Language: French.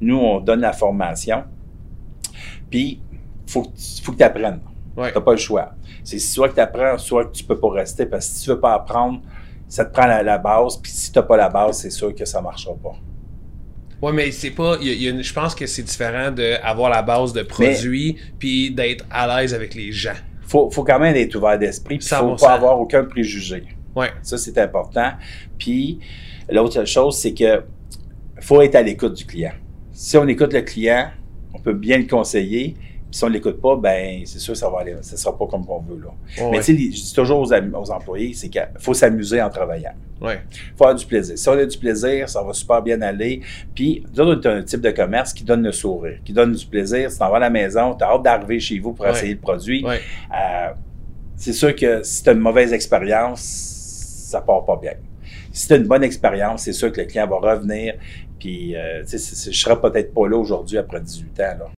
Nous, on donne la formation. Puis, il faut, que tu- faut que tu apprennes. Ouais. Tu n'as pas le choix. C'est soit que tu apprends, soit que tu peux pas rester. Parce que si tu veux pas apprendre, ça te prend la, la base. Puis si tu n'as pas la base, c'est sûr que ça ne marchera pas. Ouais, mais c'est pas. il y a- il y a une- je pense que c'est différent d'avoir la base de produits puis d'être à l'aise avec les gens. faut, faut quand même être ouvert d'esprit. Il faut 100%. pas avoir aucun préjugé. Ouais. Ça, c'est important. Puis, l'autre chose, c'est que faut être à l'écoute du client. Si on écoute le client, on peut bien le conseiller. Puis si on ne l'écoute pas, ben c'est sûr que ça va aller. Ça ne sera pas comme on veut. Là. Mais Ouais. tu sais, les- je dis toujours aux, am- aux employés, c'est qu'il faut s'amuser en travaillant. ouais. Il faut avoir du plaisir. Si on a du plaisir, ça va super bien aller. Puis, nous autres, on est un type de commerce qui donne le sourire, qui donne du plaisir. Si t'en vas à la maison, tu as hâte d'arriver chez vous pour Ouais. essayer le produit. Ouais. Euh, c'est sûr que si tu as une mauvaise expérience, ça part pas bien. Si tu as une bonne expérience, c'est sûr que le client va revenir. Puis, euh, tu sais, c'est- c'est- je serais peut-être pas là aujourd'hui après 18 ans. Là.